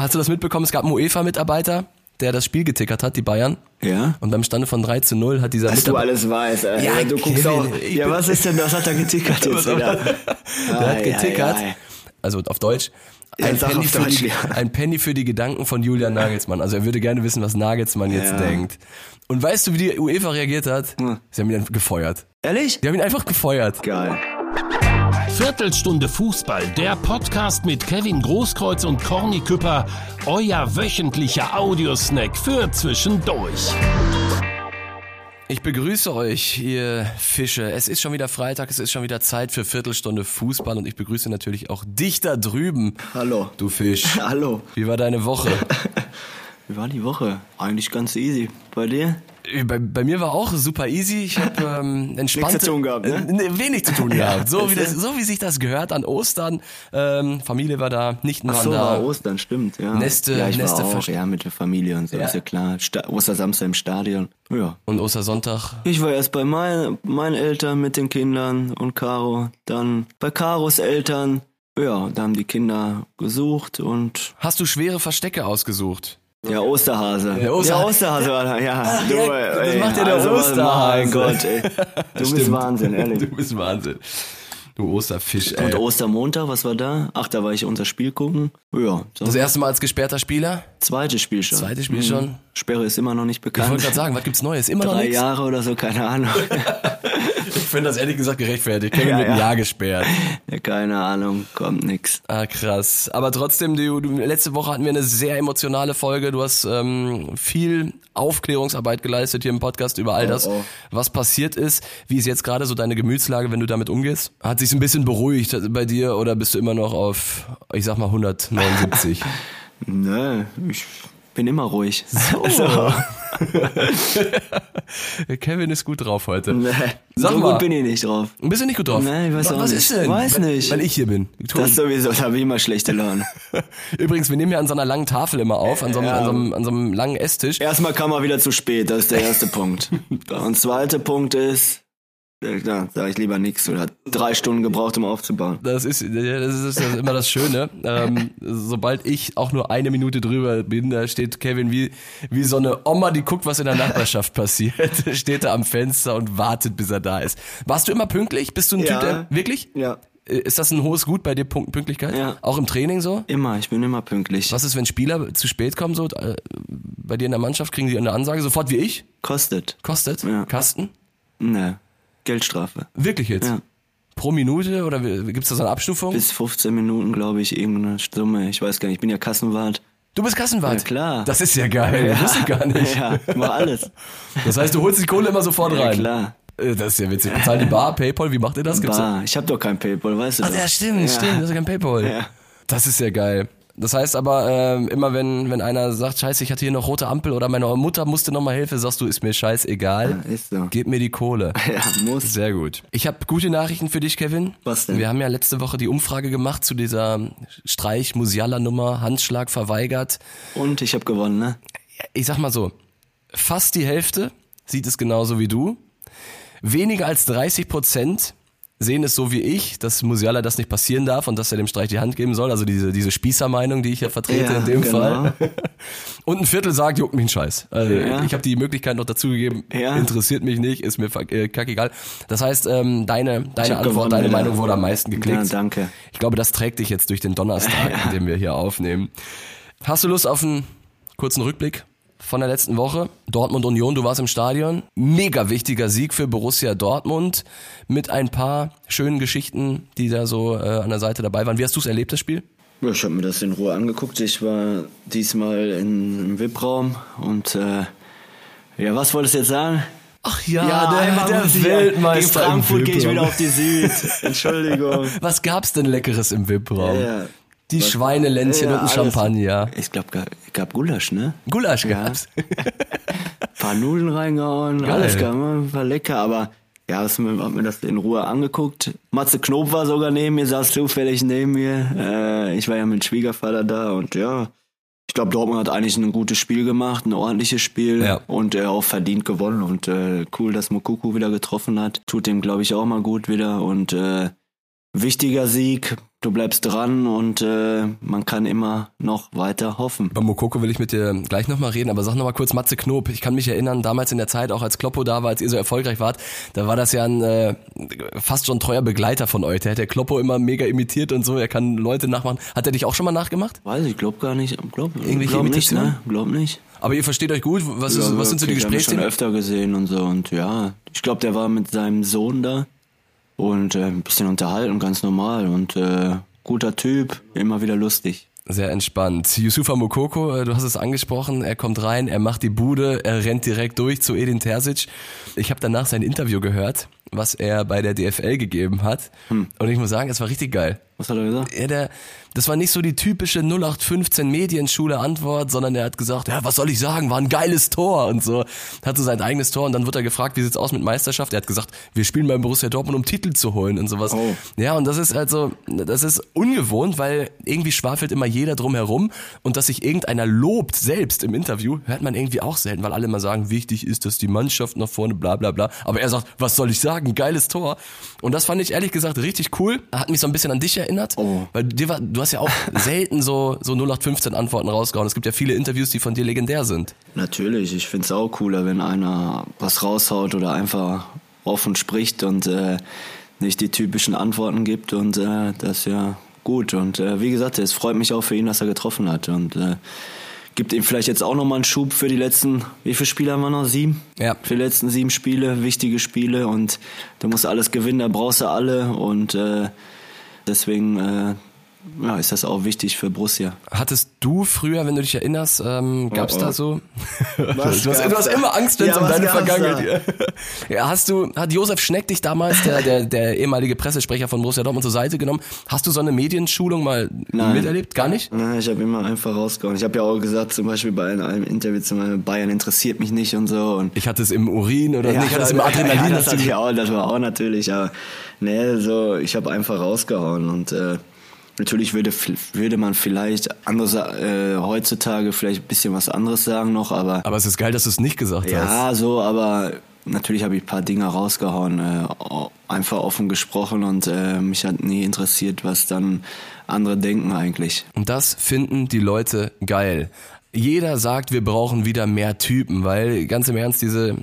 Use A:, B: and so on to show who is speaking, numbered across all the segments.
A: hast du das mitbekommen? Es gab einen UEFA-Mitarbeiter, der das Spiel getickert hat, die Bayern.
B: Ja.
A: Und beim Stande von 3 zu 0 hat dieser
B: Was du alles weißt, ey.
A: Ja,
B: du guckst
A: Kevin,
B: auch.
A: ich
B: Ja,
A: bin-
B: was ist denn, was hat er getickert jetzt wieder?
A: Der hat
B: Ei,
A: getickert.
B: ei, ei.
A: Also auf Deutsch.
B: Ja,
A: Ein
B: sag
A: Penny,
B: auf
A: für
B: Deutsch,
A: die,
B: ja.
A: ein Penny für die Gedanken von Julian Nagelsmann. Also er würde gerne wissen, was Nagelsmann jetzt
B: Ja. Hm.
A: denkt. Und weißt du, wie die UEFA reagiert hat? Sie haben ihn einfach gefeuert.
B: Ehrlich?
A: Die haben ihn einfach gefeuert.
B: Geil.
C: Viertelstunde Fußball, der Podcast mit Kevin Großkreuz und Corny Küpper, euer wöchentlicher Audiosnack für zwischendurch.
A: Ich begrüße euch, ihr Fische. Es ist schon wieder Freitag, es ist schon wieder Zeit für Viertelstunde Fußball und ich begrüße natürlich auch dich da drüben.
B: Hallo.
A: Du Fisch.
B: Hallo.
A: Wie war deine Woche?
B: Wie war die Woche? Eigentlich ganz easy. Bei dir?
A: Äh, Bei, bei mir war auch super easy. Ich habe ähm, entspannte,
B: Nichts zu tun gehabt, ne?
A: äh, nee, wenig zu tun gehabt. So wie, das,
B: siehst du?
A: so wie sich das gehört an Ostern. Ähm, Familie war da, Nichten
B: Ach
A: waren
B: so, war
A: da.
B: Ostern, stimmt, ja.
A: Neste-
B: ja, ich
A: Neste
B: war auch,
A: verstehen.
B: ja, mit der Familie und so,
A: Ja.
B: ist ja klar. Sta Ostersamstag im Stadion. Ja.
A: und Ostersonntag.
B: Ich war erst bei mein, meinen Eltern mit den Kindern und Caro, dann bei Caros Eltern. Ja, da haben die Kinder gesucht und
A: Hast du schwere Verstecke ausgesucht?
B: Ja, Osterhase.
A: Der Oster-
B: Ja, Osterhase war da, ja.
A: Ach, ja, das macht ja der
B: also,
A: Osterhase.
B: Mein Gott, ey. Du bist
A: Stimmt.
B: Wahnsinn,
A: Du
B: ehrlich.
A: bist Wahnsinn. Du Osterfisch,
B: Und
A: ey.
B: Ostermontag, was war da? Ach, da war ich unser Spiel gucken. Ja, so
A: Das erste Mal als gesperrter Spieler?
B: zweites Spiel schon. Hm.
A: Zweites Spiel schon?
B: Sperre ist immer noch nicht
A: Ich
B: bekannt.
A: wollte gerade sagen, was gibt's Neues? Immer noch
B: Drei
A: nichts?
B: Jahre oder so, keine Ahnung.
A: Ich finde das ehrlich gesagt gerechtfertigt. Kevin
B: Ja,
A: wird ein
B: ja.
A: Jahr gesperrt.
B: ja, keine Ahnung, kommt nix.
A: Ah, krass. Aber trotzdem, du, du, letzte Woche hatten wir eine sehr emotionale Folge. Du hast ähm, viel Aufklärungsarbeit geleistet hier im Podcast über all das,
B: oh.
A: was passiert ist. Wie ist jetzt gerade so deine Gemütslage, wenn du damit umgehst? Hat sich ein bisschen beruhigt bei dir oder bist du immer noch auf, ich sag mal, 179?
B: Nö, ich bin immer ruhig.
A: so. Kevin ist gut drauf heute.
B: Nee,
A: Sag
B: so
A: mal.
B: gut bin ich nicht drauf.
A: Bist du nicht gut drauf?
B: Nee, ich weiß
A: was
B: auch
A: was
B: nicht.
A: ist denn?
B: Weiß
A: Weil-
B: nicht.
A: Weil ich hier bin. Du-
B: Das sowieso, da habe ich immer schlechte Laune.
A: Übrigens, wir nehmen ja an so einer langen Tafel immer auf, an so einem,
B: Ja.
A: an so einem, an so einem langen Esstisch.
B: Erstmal kam er wieder zu spät, das ist der erste Punkt. Und zweiter Punkt ist, äh, da sage ich lieber nichts, oder hat drei Stunden gebraucht, um aufzubauen.
A: Das ist, das ist, das ist immer das Schöne. Ähm, sobald ich auch nur eine Minute drüber bin, da steht Kevin wie, wie so eine Oma, die guckt, was in der Nachbarschaft passiert. steht da am Fenster und wartet, bis er da ist. Warst du immer pünktlich? Bist du ein Typ,
B: Ja.
A: der wirklich?
B: Ja.
A: Äh, Ist das ein hohes Gut bei dir, Punkt, Pünktlichkeit?
B: Ja.
A: Auch im Training so?
B: Immer, ich bin immer pünktlich.
A: Was ist, wenn Spieler zu spät kommen, so äh, bei dir in der Mannschaft, kriegen die eine Ansage, sofort wie ich?
B: Kostet?
A: Kostet?
B: Ja.
A: Kasten?
B: Ne. Geldstrafe.
A: Wirklich jetzt?
B: Ja.
A: Pro Minute oder gibt es da so eine Abstufung?
B: Bis 15 Minuten, glaube ich, irgendeine Summe. Ich weiß gar nicht, ich bin ja Kassenwart.
A: du bist Kassenwart.
B: Ja, klar.
A: Das ist ja geil. Das wusste ich gar nicht.
B: Ja, ich mach alles.
A: Das heißt, du holst die Kohle immer sofort
B: Ja,
A: rein.
B: klar.
A: Äh, Das ist ja witzig. Bezahlt die Bar, PayPal, wie macht ihr das? Gibt's da-
B: Bah, ich habe doch kein Paypal, weißt du
A: Ach
B: doch.
A: ja, stimmt, stimmt, das ist ja kein PayPal.
B: Ja.
A: Das ist ja geil. Das heißt aber, ähm, immer wenn, wenn einer sagt, scheiße, ich hatte hier noch rote Ampel oder meine Mutter musste nochmal Hilfe, sagst du, ist mir scheißegal,
B: Ja, ist so.
A: gib mir die Kohle.
B: Ja, muss.
A: Sehr gut. Ich habe gute Nachrichten für dich, Kevin.
B: Was denn?
A: Wir haben ja letzte Woche die Umfrage gemacht zu dieser Streich Musiala Nummer Handschlag verweigert.
B: Und ich habe gewonnen, ne?
A: Ich sag mal so, fast die Hälfte sieht es genauso wie du. Weniger als 30 Prozent sehen es so wie ich, dass Musiala das nicht passieren darf und dass er dem Streich die Hand geben soll. Also diese, diese Spießermeinung, die ich ja vertrete
B: Ja,
A: in dem
B: genau.
A: Fall. Und ein Viertel sagt, juckt mich ein Scheiß. Also
B: Ja.
A: ich habe die Möglichkeit noch dazugegeben,
B: Ja.
A: interessiert mich nicht, ist mir fuck- äh, kackegal. Das heißt, ähm, deine, deine
B: hab
A: Antwort,
B: gewonnen,
A: deine
B: Alter.
A: Meinung wurde am meisten geklickt.
B: Ja, danke.
A: Ich glaube, das trägt dich jetzt durch den Donnerstag, an dem wir hier aufnehmen. Hast du Lust auf einen kurzen Rückblick von der letzten Woche? Dortmund Union, du warst im Stadion. Mega wichtiger Sieg für Borussia Dortmund mit ein paar schönen Geschichten, die da so äh, an der Seite dabei waren. Wie hast du es erlebt, das Spiel?
B: Ja, ich habe mir das in Ruhe angeguckt. Ich war diesmal in, im VIP-Raum und äh, ja, was wolltest du jetzt sagen?
A: Ach ja,
B: muss ich- Gegen Frankfurt gehe ich wieder auf die Süd. Entschuldigung.
A: Was gab's denn Leckeres im VIP-Raum?
B: Ja.
A: Die Schweineländchen
B: Ja,
A: und ein
B: alles.
A: Champagner.
B: Ich glaube, gab, gab Gulasch, ne?
A: Gulasch
B: Ja.
A: gab's.
B: paar Nudeln reingehauen, alles gab, war lecker, aber ja, das, hab mir das in Ruhe angeguckt. Matze Knob war sogar neben mir, saß zufällig neben mir. Äh, ich war ja mit Schwiegervater da und ja, ich glaube, Dortmund hat eigentlich ein gutes Spiel gemacht, ein ordentliches Spiel
A: Ja.
B: und äh, auch verdient gewonnen. Und äh, cool, dass Mokuku wieder getroffen hat. Tut dem, glaube ich, auch mal gut wieder. Und äh, wichtiger Sieg. du bleibst dran und äh, man kann immer noch weiter hoffen.
A: Über Mokoko will ich mit dir gleich nochmal reden, aber sag nochmal kurz Matze Knob. Ich kann mich erinnern, damals in der Zeit, auch als Kloppo da war, als ihr so erfolgreich wart, da war das ja ein äh, fast schon treuer Begleiter von euch. Der hat der Kloppo immer mega imitiert und so, er kann Leute nachmachen. Hat er dich auch schon mal nachgemacht?
B: Weiß ich, glaub gar nicht. Glaub,
A: Irgendwelche
B: glaub nicht,
A: Imitationen?
B: ne? Glaub nicht.
A: Aber ihr versteht euch gut, was, ist, was sind so die
B: okay, wir haben uns schon
A: Gesprächsthemen?
B: öfter gesehen und so und ja, ich glaube, der war mit seinem Sohn da und äh, ein bisschen unterhalten, ganz normal und äh, guter Typ, immer wieder lustig.
A: Sehr entspannt. Yusufa Mokoko, äh, du hast es angesprochen, er kommt rein, er macht die Bude, er rennt direkt durch zu Edin Terzic. Ich habe danach sein Interview gehört, was er bei der DFL gegeben hat. Und ich muss sagen, es war richtig geil.
B: Was hat er gesagt?
A: Ja, der, das war nicht so die typische 0815 Medienschule Antwort, sondern er hat gesagt, ja, was soll ich sagen, war ein geiles Tor und so. Hatte sein eigenes Tor und dann wird er gefragt, wie sieht's aus mit Meisterschaft? Er hat gesagt, wir spielen beim Borussia Dortmund, um Titel zu holen und sowas.
B: Oh.
A: Ja, und das ist also, das ist ungewohnt, weil irgendwie schwafelt immer jeder drum herum und dass sich irgendeiner lobt selbst im Interview, hört man irgendwie auch selten, weil alle immer sagen, wichtig ist, dass die Mannschaft nach vorne, bla bla bla. Aber er sagt, was soll ich sagen, geiles Tor. Und das fand ich ehrlich gesagt richtig cool, hat mich so ein bisschen an dich erinnert,
B: Oh.
A: weil dir war, du hast ja auch selten so, so 0815 Antworten rausgehauen. Es gibt ja viele Interviews, die von dir legendär sind.
B: Natürlich, ich find's auch cooler, wenn einer was raushaut oder einfach offen spricht und äh, nicht die typischen Antworten gibt und äh, das ist ja gut. Und äh, wie gesagt, es freut mich auch für ihn, dass er getroffen hat und äh, gibt ihm vielleicht jetzt auch nochmal einen Schub für die letzten, wie viele Spiele haben wir noch? Sieben?
A: Ja.
B: Für die letzten sieben Spiele, wichtige Spiele und du musst alles gewinnen, da brauchst du alle und äh, deswegen äh, ja, ist das auch wichtig für Borussia.
A: Hattest du früher, wenn du dich erinnerst, ähm, gab's
B: oh.
A: da so? du, hast,
B: gab's
A: du hast
B: da?
A: immer Angst, wenn es
B: Ja,
A: um
B: was
A: deine
B: gab's
A: Vergangenheit geht. Ja, hast du, hat Josef Schneck dich damals, der, der, der ehemalige Pressesprecher von Borussia Dortmund, zur Seite genommen? Hast du so eine Medienschulung mal
B: Nein.
A: miterlebt? Gar nicht?
B: Nein, ich habe immer einfach rausgehauen. Ich habe ja auch gesagt, zum Beispiel bei einem- einem Interview zu meinem Bayern interessiert mich nicht und so. Und
A: Ich hatte es im Urin oder nicht? Ich hatte es im
B: ja,
A: Adrenalin. hast
B: Ja, das,
A: du
B: hatte
A: gesagt.
B: ich auch, das war auch natürlich, aber nee, so, ich habe einfach rausgehauen und äh, natürlich würde, vi- würde man vielleicht anders, äh, heutzutage vielleicht ein bisschen was anderes sagen noch, aber
A: Aber es ist geil, dass du es nicht gesagt hast.
B: ja, so, aber natürlich habe ich ein paar Dinge rausgehauen, äh, au- einfach offen gesprochen und äh, mich hat nie interessiert, was dann andere denken eigentlich.
A: Und das finden die Leute geil. Jeder sagt, wir brauchen wieder mehr Typen, weil ganz im Ernst, diese.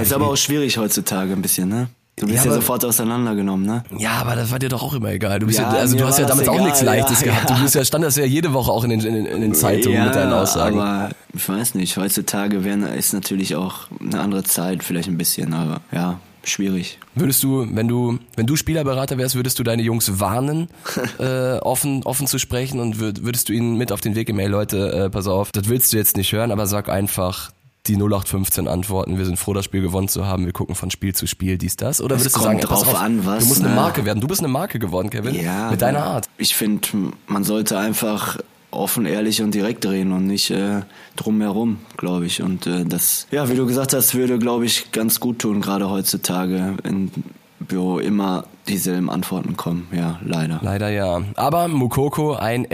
B: Ist aber auch schwierig heutzutage ein bisschen, ne? Du
A: Ja,
B: bist ja,
A: aber-
B: sofort auseinandergenommen, ne?
A: Ja, aber das war dir doch auch immer egal. Du, bist ja,
B: Ja,
A: also
B: mir
A: du hast
B: war
A: ja
B: das
A: damals auch
B: egal,
A: nichts Leichtes
B: ja,
A: gehabt. Du bist ja, standest ja jede Woche auch in den, in, den- in den Zeitungen mit deinen Aussagen.
B: aber ich weiß nicht, heutzutage werden, ist natürlich auch eine andere Zeit vielleicht ein bisschen, aber ja, schwierig.
A: Würdest du, wenn du, wenn du Spielerberater wärst, würdest du deine Jungs warnen, äh, offen, offen zu sprechen und würd, würdest du ihnen mit auf den Weg geben, ey Leute, äh, pass auf, das willst du jetzt nicht hören, aber sag einfach die 0815 Antworten, wir sind froh, das Spiel gewonnen zu haben, wir gucken von Spiel zu Spiel, dies, das. Oder
B: Es
A: würdest
B: kommt
A: du sagen, ey, pass
B: drauf
A: auf,
B: an, was,
A: du musst eine
B: ne?
A: Marke werden, du bist eine Marke geworden, Kevin,
B: Ja, ne?
A: mit deiner Art.
B: Ich finde, man sollte einfach offen, ehrlich und direkt reden und nicht äh, drumherum, glaube ich. Und äh, das, ja, wie du gesagt hast, würde, glaube ich, ganz gut tun, gerade heutzutage in Büro immer dieselben Antworten kommen. Ja, leider.
A: Leider ja. Aber Mukoko, ein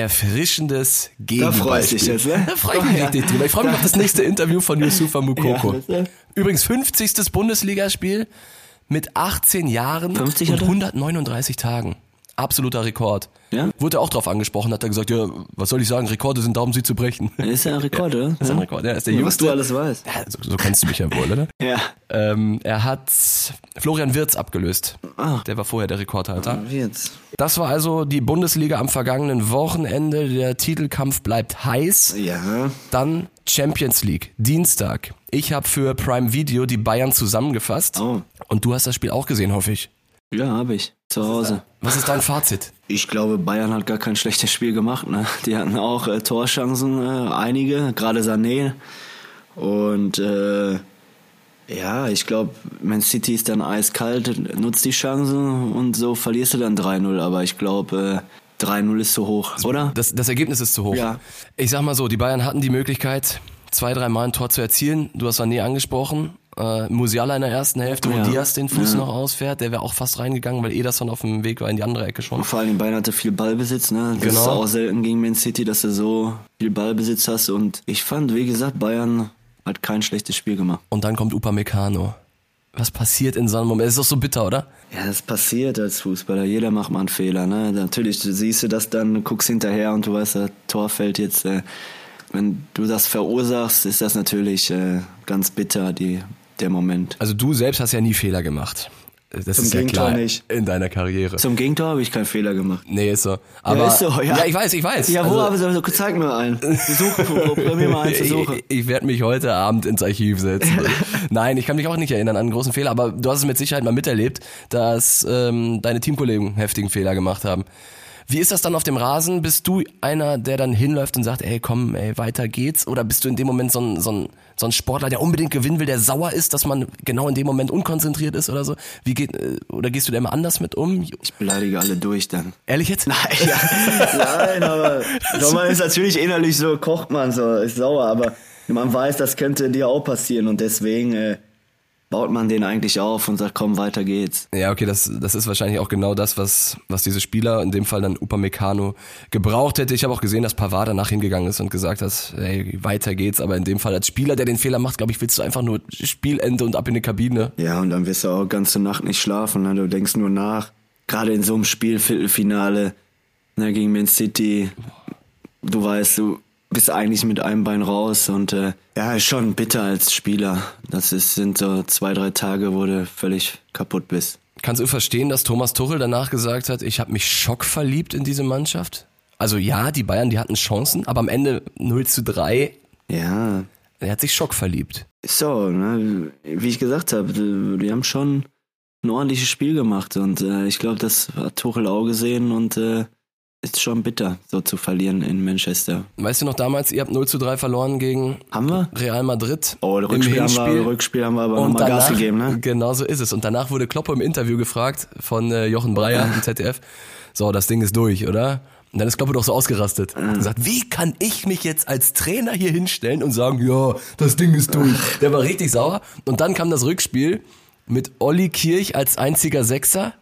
A: erfrischendes Gegenbeispiel.
B: freust du dich jetzt, ne?
A: Da freue ich mich richtig drüber. Ich freue mich auf das nächste Interview von Yusufa Mukoko.
B: Ja, das, äh.
A: Übrigens 50. Bundesligaspiel mit 18 Jahren
B: 50
A: und
B: hat er?
A: 139 Tagen. Absoluter Rekord.
B: Ja?
A: Wurde er auch drauf angesprochen, hat er gesagt, ja, was soll ich sagen, Rekorde sind da, um sie zu brechen.
B: Ist ja ein Rekord, oder?
A: Das ist ein Rekord, ja, ist der
B: Was
A: jüngste.
B: du alles weißt.
A: Ja, so, so kennst du mich ja wohl, oder?
B: Ja.
A: Ähm, er hat Florian Wirz abgelöst.
B: Ah.
A: Der war vorher der Rekordhalter.
B: Wie jetzt?
A: Das war also die Bundesliga am vergangenen Wochenende. Der Titelkampf bleibt heiß.
B: Ja.
A: Dann Champions League, Dienstag. Ich habe für Prime Video die Bayern zusammengefasst.
B: Oh.
A: Und du hast das Spiel auch gesehen, hoffe ich.
B: Ja, habe ich. Zu Hause.
A: Was ist dein Fazit?
B: Ich glaube, Bayern hat gar kein schlechtes Spiel gemacht. Ne? Die hatten auch äh, Torchancen, äh, einige, gerade Sané. Und äh, ja, ich glaube, Man City ist dann eiskalt, nutzt die Chancen und so verlierst du dann 3-0. Aber ich glaube, äh, 3-0 ist zu hoch, oder?
A: Das, das Ergebnis ist zu hoch.
B: Ja.
A: Ich sag mal so, die Bayern hatten die Möglichkeit, zwei, dreimal ein Tor zu erzielen. Du hast Sané angesprochen. Äh, Musiala in der ersten Hälfte, wo
B: Ja.
A: Diaz den Fuß noch ausfährt. Der wäre auch fast reingegangen, weil Ederson auf dem Weg war in die andere Ecke schon.
B: Vor allem Bayern hatte viel Ballbesitz, ne? Das
A: Genau.
B: ist auch selten gegen Man City, dass du so viel Ballbesitz hast. Und ich fand, wie gesagt, Bayern hat kein schlechtes Spiel gemacht.
A: Und dann kommt Upamecano. was passiert in so einem Moment? Das ist doch so bitter, oder?
B: Ja, das passiert als Fußballer. Jeder macht mal einen Fehler. Ne? Natürlich du siehst du das dann, guckst hinterher und du weißt, das Tor fällt jetzt. Äh, wenn du das verursachst, ist das natürlich äh, ganz bitter, die, der Moment.
A: Also du selbst hast ja nie Fehler gemacht. Das
B: Zum
A: ist ja
B: Gegenteil
A: klar
B: nicht.
A: in deiner Karriere.
B: Zum Gegentor habe ich keinen Fehler gemacht.
A: nee, ist so. Aber,
B: ist so, ja.
A: ich weiß, ich weiß.
B: Ja, wo,
A: Also-
B: aber so, zeig mir einen. Versuch, probier mal einen zu suchen.
A: Ich, ich werde mich heute Abend ins Archiv setzen. Nein, ich kann mich auch nicht erinnern an einen großen Fehler, aber du hast es mit Sicherheit mal miterlebt, dass ähm, deine Teamkollegen einen heftigen Fehler gemacht haben. Wie ist das dann auf dem Rasen? Bist du einer, der dann hinläuft und sagt, ey komm, ey, weiter geht's? Oder bist du in dem Moment so ein, so, ein, so ein Sportler, der unbedingt gewinnen will, der sauer ist, dass man genau in dem Moment unkonzentriert ist oder so? Wie geht, äh, oder gehst du da immer anders mit um?
B: Ich beleidige alle durch dann.
A: Ehrlich jetzt?
B: Nein, ja. Nein, aber so, man ist natürlich innerlich so, kocht man so, ist sauer, aber man weiß, das könnte dir auch passieren und deswegen äh, baut man den eigentlich auf und sagt, komm, weiter geht's.
A: Ja, okay, das, das ist wahrscheinlich auch genau das, was, was diese Spieler, in dem Fall dann Upamecano, gebraucht hätte. Ich habe auch gesehen, dass Pavard danach hingegangen ist und gesagt hat, hey, weiter geht's. Aber in dem Fall als Spieler, der den Fehler macht, glaube ich, willst du einfach nur Spielende und ab in die Kabine.
B: Ja, und dann wirst du auch ganze Nacht nicht schlafen, ne? du denkst nur nach. Gerade in so einem Spiel, Viertelfinale ne, gegen Man City, du weißt, du bist eigentlich mit einem Bein raus und äh, ja, ist schon bitter als Spieler. Das ist, sind so zwei, drei Tage, wo du völlig kaputt bist.
A: Kannst du verstehen, dass Thomas Tuchel danach gesagt hat, ich habe mich schockverliebt in diese Mannschaft? Also ja, die Bayern, die hatten Chancen, aber am Ende 0 zu 3,
B: Ja,
A: er hat sich schockverliebt.
B: So, ne, wie ich gesagt habe, die die haben schon ein ordentliches Spiel gemacht und äh, ich glaube, das hat Tuchel auch gesehen und äh, ist schon bitter, so zu verlieren in Manchester.
A: Weißt du noch damals, ihr habt 0 zu 3 verloren gegen
B: Haben wir?
A: Real Madrid
B: Oh, das Rückspiel haben, wir, Rückspiel haben wir aber nochmal Gas gegeben, ne?
A: Genau so ist es. Und danach wurde Kloppo im Interview gefragt von äh, Jochen Breyer im ZDF. So, das Ding ist durch, oder? Und dann ist Kloppo doch so ausgerastet. Und gesagt, wie kann ich mich jetzt als Trainer hier hinstellen und sagen, ja, das Ding ist durch. Der war richtig sauer. Und dann kam das Rückspiel mit Olli Kirch als einziger Sechser.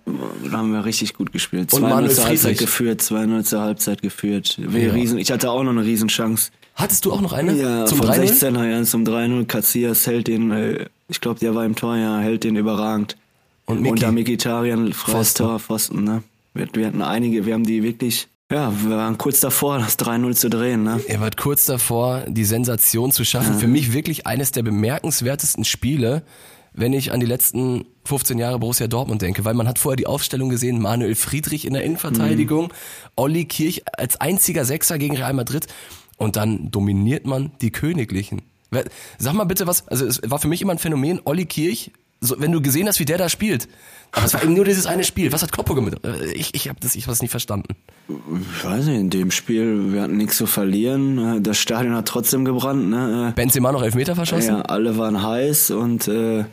B: Da haben wir richtig gut gespielt.
A: Und
B: 2-0
A: Manuel
B: zur Halbzeit
A: Friedrich.
B: geführt, 2-0 zur Halbzeit geführt. Wie Riesen, ich hatte auch noch eine Riesenchance.
A: Hattest du auch noch eine?
B: Ja,
A: Ne? Zum
B: vom
A: 3
B: 16er ja zum 3-0. Casillas hält den, äh, ich glaube, der war im Tor, ja, hält den überragend.
A: Und Miki.
B: Und der Mikitarian, freies
A: Pfosten.
B: Tor, Pfosten, ne? Wir, wir hatten einige, wir haben die wirklich, ja, wir waren kurz davor, das 3-0 zu drehen, ne?
A: Er war kurz davor, die Sensation zu schaffen. Für mich wirklich eines der bemerkenswertesten Spiele, wenn ich an die letzten 15 Jahre Borussia Dortmund denke, weil man hat vorher die Aufstellung gesehen, Manuel Friedrich in der Innenverteidigung, Olli Kirch als einziger Sechser gegen Real Madrid und dann dominiert man die Königlichen. Wer- Sag mal bitte was, also es war für mich immer ein Phänomen, Olli Kirch, so, wenn du gesehen hast, wie der da spielt, aber es war eben nur dieses eine Spiel. Was hat Kloppo gemacht? Äh, Ich, ich habe das, ich hab das nicht verstanden.
B: Ich weiß nicht, in dem Spiel, wir hatten nichts zu verlieren, äh, das Stadion hat trotzdem gebrannt, ne?
A: Benzema noch Elfmeter
B: Äh,
A: verschossen?
B: Ja, alle waren heiß und, äh,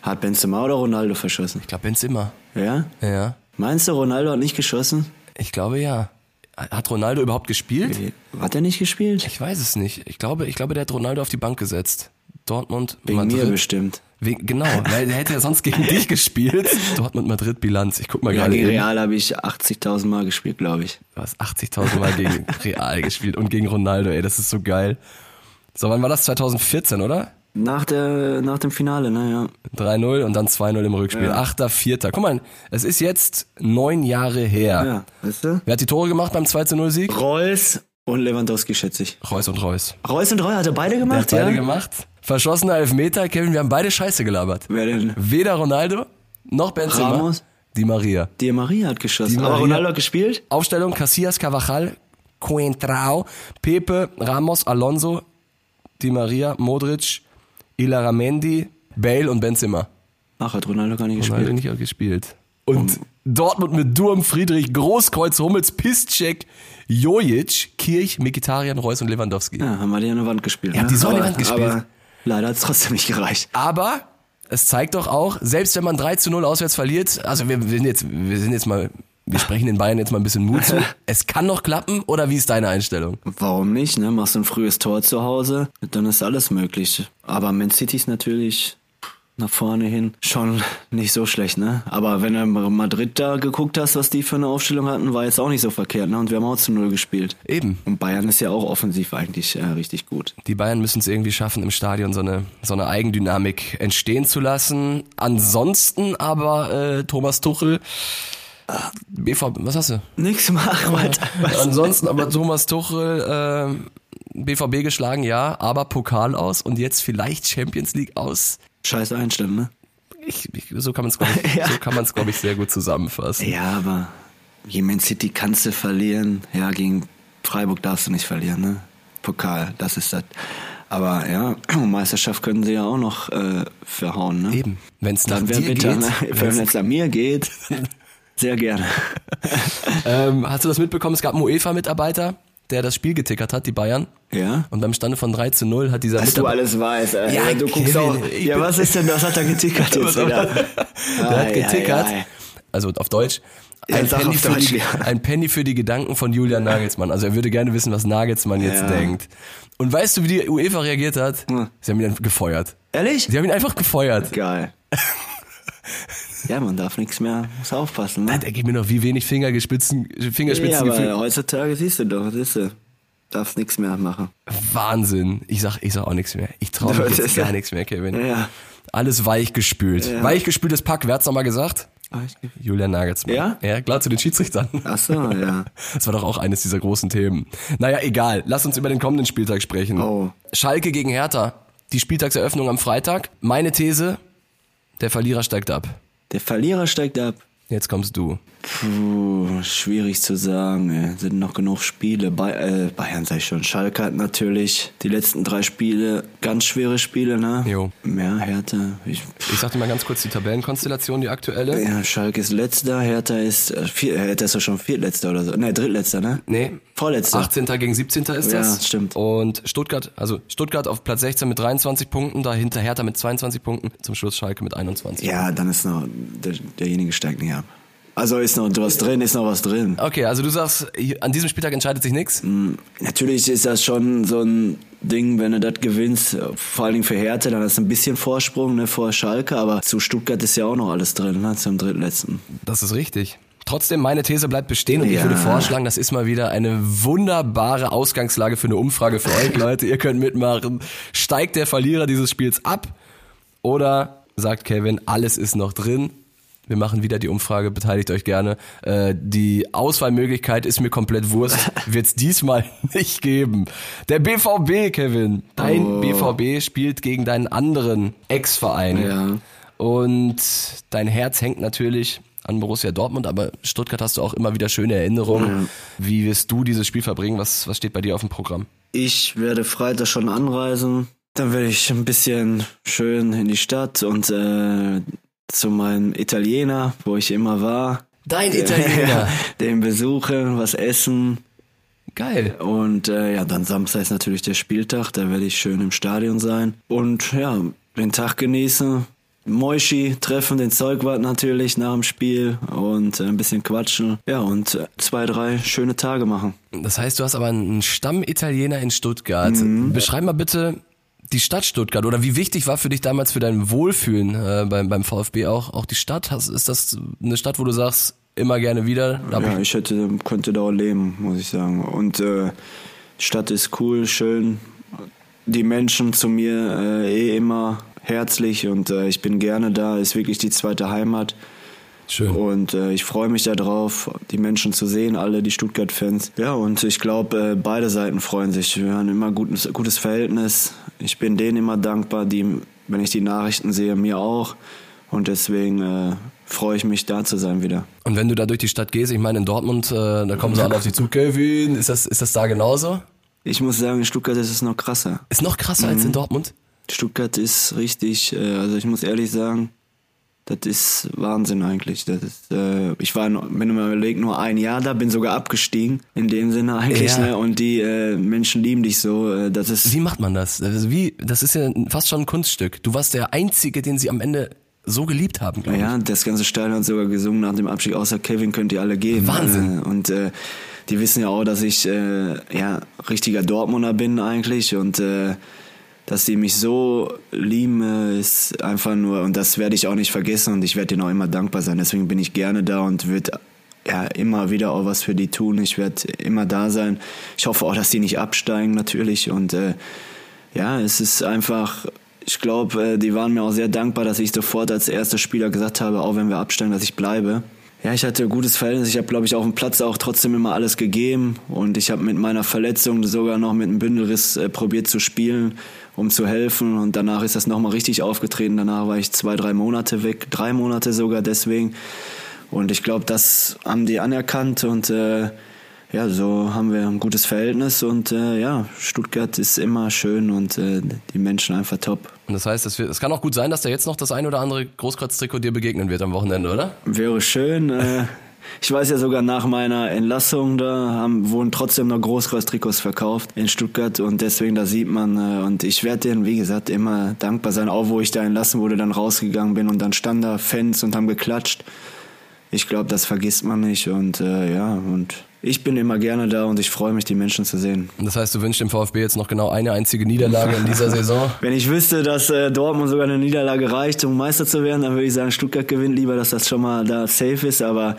B: hat Benzema oder Ronaldo verschossen?
A: Ich glaube Benzema,
B: Ja?
A: ja.
B: Meinst du, Ronaldo hat nicht geschossen?
A: Ich glaube ja. Hat Ronaldo überhaupt gespielt?
B: Hat er nicht gespielt?
A: Ich weiß es nicht. Ich glaube, ich glaube, der hat Ronaldo auf die Bank gesetzt. Dortmund,
B: Wegen mir
A: Madrid.
B: bestimmt.
A: Wegen, genau, weil der hätte ja sonst gegen dich gespielt. Dortmund, Madrid, Bilanz. Ich guck mal
B: Ja,
A: gerade.
B: gegen
A: eben.
B: Real habe ich 80.000 Mal gespielt, glaube ich.
A: Du hast 80.000 Mal gegen Real gespielt und gegen Ronaldo, ey, das ist so geil. So, wann war das? 2014, oder?
B: Nach, der, nach dem Finale, ne, naja.
A: 3-0 und dann 2-0 im Rückspiel.
B: Ja.
A: Achter, Vierter. Guck mal, es ist jetzt neun Jahre her.
B: Ja. ja, weißt du?
A: Wer hat die Tore gemacht beim 2-0-Sieg?
B: Reus und Lewandowski, schätze ich.
A: Reus und Reus.
B: Reus und Reus hat er beide
A: Der
B: gemacht,
A: hat beide
B: ja?
A: gemacht. Verschossener Elfmeter, Kevin, wir haben beide Scheiße gelabert.
B: Wer denn?
A: Weder Ronaldo noch Benzema.
B: Ramos?
A: Die Maria.
B: Di Maria hat geschossen.
A: Di
B: Aber
A: Maria-
B: Ronaldo hat gespielt?
A: Aufstellung Casillas, Cavajal, Coentrao, Pepe, Ramos, Alonso, Di Maria, Modric, Ilaramendi, Bale und Benzema.
B: Ach, hat Ronaldo gar nicht
A: Ronaldo
B: gespielt.
A: nicht auch gespielt. Und Dortmund mit Durm, Friedrich, Großkreuz, Hummels, Piszczek, Jojic, Kirch, Mikitarian, Reus und Lewandowski.
B: Ja, haben wir die an der Wand gespielt.
A: Ja,
B: ne?
A: die so an die
B: Aber-
A: Wand gespielt.
B: Aber leider hat es trotzdem nicht gereicht.
A: Aber es zeigt doch auch, selbst wenn man 3 zu 0 auswärts verliert, also wir, wir sind jetzt, wir sind jetzt mal, wir sprechen den Bayern jetzt mal ein bisschen Mut zu. Es kann noch klappen, oder wie ist deine Einstellung?
B: Warum nicht, ne? Machst du ein frühes Tor zu Hause, dann ist alles möglich. Aber Man City ist natürlich nach vorne hin schon nicht so schlecht, ne? Aber wenn du Madrid da geguckt hast, was die für eine Aufstellung hatten, war jetzt auch nicht so verkehrt, ne? Und wir haben auch zu Null gespielt.
A: Eben.
B: Und Bayern ist ja auch offensiv eigentlich äh, richtig gut.
A: Die Bayern müssen es irgendwie schaffen, im Stadion so eine, so eine Eigendynamik entstehen zu lassen. Ansonsten aber äh, Thomas Tuchel. BVB, was hast du?
B: Nix machen, Alter.
A: Ansonsten aber Thomas Tuchel, äh, BVB geschlagen, ja, aber Pokal aus und jetzt vielleicht Champions League aus.
B: Scheiße einstimmen, ne?
A: Ich, ich, so kann man es, glaube ich,
B: Ja.
A: so kann man's, glaub ich, sehr gut zusammenfassen.
B: Ja, aber gegen Man City kannst du verlieren. Ja, gegen Freiburg darfst du nicht verlieren, ne? Pokal, das ist das. Aber ja, Meisterschaft können sie ja auch noch äh, verhauen, ne?
A: Eben. Wenn es nach
B: Dann wäre
A: dir
B: bitter,
A: geht.
B: ne? Wenn es an mir geht, sehr gerne.
A: Ähm, hast du das mitbekommen? Es gab einen UEFA-Mitarbeiter, der das Spiel getickert hat, die Bayern.
B: Ja?
A: Und beim Stande von 3 zu 0 hat dieser
B: Dass du
A: Mitarbeiter.
B: alles weißt, ey.
A: Ja,
B: du guckst
A: Kevin,
B: auch.
A: ich
B: Ja,
A: bin-
B: was ist denn, das hat er getickert jetzt wieder?
A: Der hat
B: Ei,
A: getickert.
B: ei, ei.
A: Also auf Deutsch.
B: Ja,
A: Ein,
B: sag
A: Penny
B: auf
A: für
B: Deutsch,
A: die,
B: ja.
A: ein Penny für die Gedanken von Julian Nagelsmann. Also er würde gerne wissen, was Nagelsmann jetzt
B: Ja.
A: denkt. Und weißt du, wie die UEFA reagiert hat?
B: Hm.
A: Sie haben ihn einfach gefeuert.
B: Ehrlich?
A: Sie haben ihn einfach gefeuert.
B: Geil. Ja, man darf nichts mehr, muss aufpassen, ne?
A: Da geht mir noch, wie wenig Fingergespitzen,
B: Ja, aber
A: Fingerspitzengefühl.
B: heutzutage siehst du doch, siehst du, darfst nichts mehr machen.
A: Wahnsinn. Ich sag, ich sag auch nichts mehr. Ich traue mich
B: Das
A: jetzt
B: ist
A: gar
B: ja-
A: nichts mehr, Kevin.
B: Ja.
A: Alles weichgespült. Weichgespültes Pack, wer hat's nochmal gesagt?
B: Ah,
A: Julian Nagelsmann.
B: Ja?
A: Ja, klar, zu den Schiedsrichtern.
B: Ach so, ja.
A: Das war doch auch eines dieser großen Themen. Naja, egal. Lass uns über den kommenden Spieltag sprechen.
B: Oh.
A: Schalke gegen Hertha. Die Spieltagseröffnung am Freitag. Meine These, der Verlierer steigt ab.
B: Der Verlierer steigt ab.
A: Jetzt kommst du.
B: Puh, Oh, schwierig zu sagen. ey. Sind noch genug Spiele. Bay äh, Bayern sei schon. Schalke hat natürlich die letzten drei Spiele ganz schwere Spiele, ne?
A: Jo.
B: Mehr Härte. Ich,
A: Ich sag dir mal ganz kurz die Tabellenkonstellation, die aktuelle.
B: ja, Schalke ist letzter, Hertha ist äh, vier, Hertha ist doch schon viertletzter oder so. Ne, drittletzter, ne?
A: Nee.
B: Vorletzter.
A: 18. gegen 17. ist
B: Ja,
A: das.
B: stimmt.
A: Und Stuttgart, also Stuttgart auf Platz 16 mit 23 Punkten, dahinter Hertha mit 22 Punkten, zum Schluss Schalke mit 21.
B: Ja, dann ist noch der, derjenige steigt nicht ab. Also ist noch was drin, ist noch was drin.
A: Okay, also du sagst, hier- an diesem Spieltag entscheidet sich nichts.
B: Mhm. Natürlich ist das schon so ein Ding, wenn du das gewinnst, vor allen Dingen für Hertha, dann hast du ein bisschen Vorsprung ne, vor Schalke, aber zu Stuttgart ist ja auch noch alles drin, ne, zum drittletzten.
A: Das ist richtig. Trotzdem, meine These bleibt bestehen und ich
B: Ja.
A: würde vorschlagen, das ist mal wieder eine wunderbare Ausgangslage für eine Umfrage für euch, Leute. Ihr könnt mitmachen. Steigt der Verlierer dieses Spiels ab? Oder sagt Kevin, alles ist noch drin? Wir machen wieder die Umfrage, beteiligt euch gerne. Äh, die Auswahlmöglichkeit ist mir komplett Wurst, wird es diesmal nicht geben. Der BVB, Kevin, dein BVB spielt gegen deinen anderen Ex-Verein.
B: Ja.
A: Und dein Herz hängt natürlich an Borussia Dortmund, aber Stuttgart hast du auch immer wieder schöne Erinnerungen. Wie wirst du dieses Spiel verbringen? Was, was steht bei dir auf dem Programm?
B: Ich werde Freitag schon anreisen, dann werde ich ein bisschen schön in die Stadt und äh, zu meinem Italiener, wo ich immer war,
A: Dein
B: den besuchen, was essen
A: Geil.
B: und äh, ja, dann Samstag ist natürlich der Spieltag, da werde ich schön im Stadion sein und ja, den Tag genießen. Moishi treffen, den Zeugwart natürlich nach dem Spiel und äh, ein bisschen quatschen. Ja, und äh, zwei, drei schöne Tage machen.
A: Das heißt, du hast aber einen Stammitaliener in Stuttgart. Beschreib mal bitte die Stadt Stuttgart oder wie wichtig war für dich damals für dein Wohlfühlen äh, beim, beim VfB auch, auch die Stadt? Hast, ist das eine Stadt, wo du sagst, immer gerne wieder? Da hab
B: Ja, ich hätte, könnte da auch leben, muss ich sagen. Und äh, die Stadt ist cool, schön. Die Menschen zu mir äh, eh immer herzlich und äh, ich bin gerne da. Ist wirklich die zweite Heimat.
A: ich- Schön.
B: Und äh, ich freue mich darauf, die Menschen zu sehen, alle die Stuttgart-Fans. Ja, und ich glaube, äh, beide Seiten freuen sich. Wir haben immer gutes, gutes Verhältnis. Ich bin denen immer dankbar, die, wenn ich die Nachrichten sehe, mir auch. Und deswegen äh, freue ich mich, da zu sein wieder.
A: Und wenn du da durch die Stadt gehst, ich meine in Dortmund, äh, da kommen sie alle auf dich zu, Kevin, ist das, ist das da genauso?
B: Ich muss sagen, in Stuttgart ist es noch krasser.
A: Ist noch krasser als in Dortmund?
B: Stuttgart ist richtig, äh, also ich muss ehrlich sagen, das ist Wahnsinn eigentlich. Das ist, äh, ich war, nur- wenn du mal überlegst, nur ein Jahr da, bin sogar abgestiegen, in dem Sinne eigentlich.
A: Ja.
B: Ne? Und die äh, Menschen lieben dich so. Äh, das ist
A: Wie macht man das? Also wie, das ist ja fast schon ein Kunststück. Du warst der Einzige, den sie am Ende so geliebt haben, glaube ich.
B: Ja, das ganze Stadion hat sogar gesungen nach dem Abstieg, außer Kevin könnt ihr alle gehen.
A: Wahnsinn.
B: Äh, Und äh, die wissen ja auch, dass ich äh, ja richtiger Dortmunder bin eigentlich und äh, dass die mich so lieben, äh, ist einfach nur, und das werde ich auch nicht vergessen und ich werde denen auch immer dankbar sein. Deswegen bin ich gerne da und wird ja, immer wieder auch was für die tun. Ich werde immer da sein. Ich hoffe auch, dass die nicht absteigen natürlich. Und äh, ja, es ist einfach, ich glaube, äh, die waren mir auch sehr dankbar, dass ich sofort als erster Spieler gesagt habe, auch wenn wir absteigen, dass ich bleibe. Ja, ich hatte ein gutes Verhältnis. Ich habe, glaube ich, auf dem Platz auch trotzdem immer alles gegeben. Und ich habe mit meiner Verletzung sogar noch mit einem Bündelriss äh, probiert zu spielen, um zu helfen. Und danach ist das nochmal richtig aufgetreten. Danach war ich zwei, drei Monate weg. Drei Monate sogar deswegen. Und ich glaube, das haben die anerkannt und äh, ja, so haben wir ein gutes Verhältnis und äh, ja, Stuttgart ist immer schön und äh, die Menschen einfach top.
A: Und das heißt, es, wird, es kann auch gut sein, dass da jetzt noch das ein oder andere Großkreuztrikot dir begegnen wird am Wochenende, oder?
B: Wäre schön. äh, ich weiß ja sogar nach meiner Entlassung, da haben, wurden trotzdem noch Großkreuztrikots verkauft in Stuttgart und deswegen, da sieht man, äh, und ich werde denen, wie gesagt, immer dankbar sein, auch wo ich da entlassen wurde, dann rausgegangen bin und dann standen da Fans und haben geklatscht ich glaube, das vergisst man nicht und äh, ja, und ich bin immer gerne da und ich freue mich, die Menschen zu sehen.
A: Und das heißt, du wünschst dem VfB jetzt noch genau eine einzige Niederlage in dieser Saison?
B: Wenn ich wüsste, dass äh, Dortmund sogar eine Niederlage reicht, um Meister zu werden, dann würde ich sagen, Stuttgart gewinnt lieber, dass das schon mal da safe ist, aber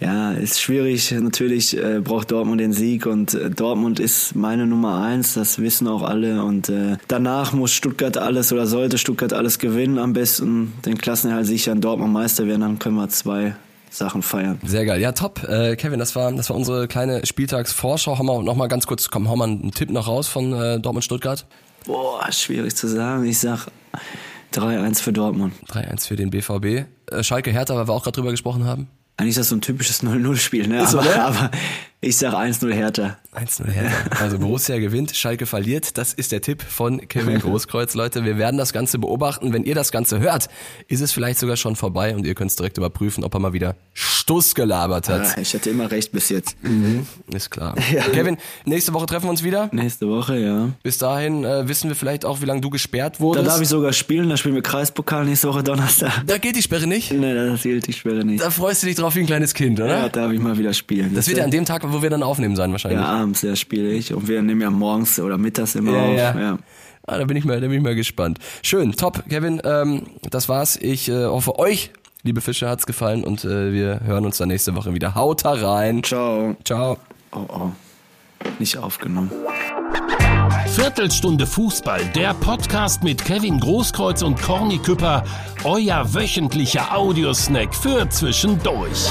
B: ja, ist schwierig. Natürlich äh, braucht Dortmund den Sieg und äh, Dortmund ist meine Nummer eins, das wissen auch alle. Und äh, danach muss Stuttgart alles oder sollte Stuttgart alles gewinnen, am besten den Klassenerhalt sichern, Dortmund Meister werden, dann können wir zwei Sachen feiern.
A: Sehr geil. Ja, top. Äh, Kevin, das war, das war unsere kleine Spieltagsvorschau. Haben wir noch mal ganz kurz, komm, hau mal einen Tipp noch raus von äh, Dortmund-Stuttgart.
B: Boah, schwierig zu sagen. Ich sag 3-1 für Dortmund.
A: 3-1 für den BVB. Äh, Schalke Hertha, weil wir auch gerade drüber gesprochen haben.
B: Eigentlich ist das so ein typisches 0-0-Spiel, ne? Aber, ne? aber ich sag 1-0 Hertha.
A: 1-0 Hertha. Also Borussia gewinnt, Schalke verliert. Das ist der Tipp von Kevin Großkreuz, Leute. Wir werden das Ganze beobachten. Wenn ihr das Ganze hört, ist es vielleicht sogar schon vorbei und ihr könnt es direkt überprüfen, ob er mal wieder Stuss gelabert hat.
B: Ah, ich hatte immer recht bis jetzt.
A: Mhm. Ist klar. Ja. Kevin, nächste Woche treffen wir uns wieder.
B: Nächste Woche, ja.
A: Bis dahin äh, wissen wir vielleicht auch, wie lange du gesperrt wurdest.
B: Da darf ich sogar spielen, da spielen wir Kreispokal nächste Woche Donnerstag.
A: Da gilt die Sperre nicht?
B: Nee, da gilt die Sperre nicht.
A: Da freust du dich drauf wie ein kleines Kind, oder?
B: Ja, darf ich mal wieder spielen.
A: Das, das wird ja an dem Tag, wo wir dann aufnehmen sein wahrscheinlich.
B: Ja, abends, ja, spiele ich. Und wir nehmen ja morgens oder mittags immer
A: ja,
B: auf.
A: Ja.
B: Ja.
A: Ah, da bin ich mal, da bin ich mal gespannt. Schön, top, Kevin. Ähm, das war's. Ich äh, hoffe euch, liebe Fische, hat's gefallen und äh, wir hören uns dann nächste Woche wieder. Haut da rein.
B: Ciao.
A: Ciao.
B: Oh oh. Nicht aufgenommen.
C: Viertelstunde Fußball, der Podcast mit Kevin Großkreuz und Corny Küpper, euer wöchentlicher Audiosnack für zwischendurch.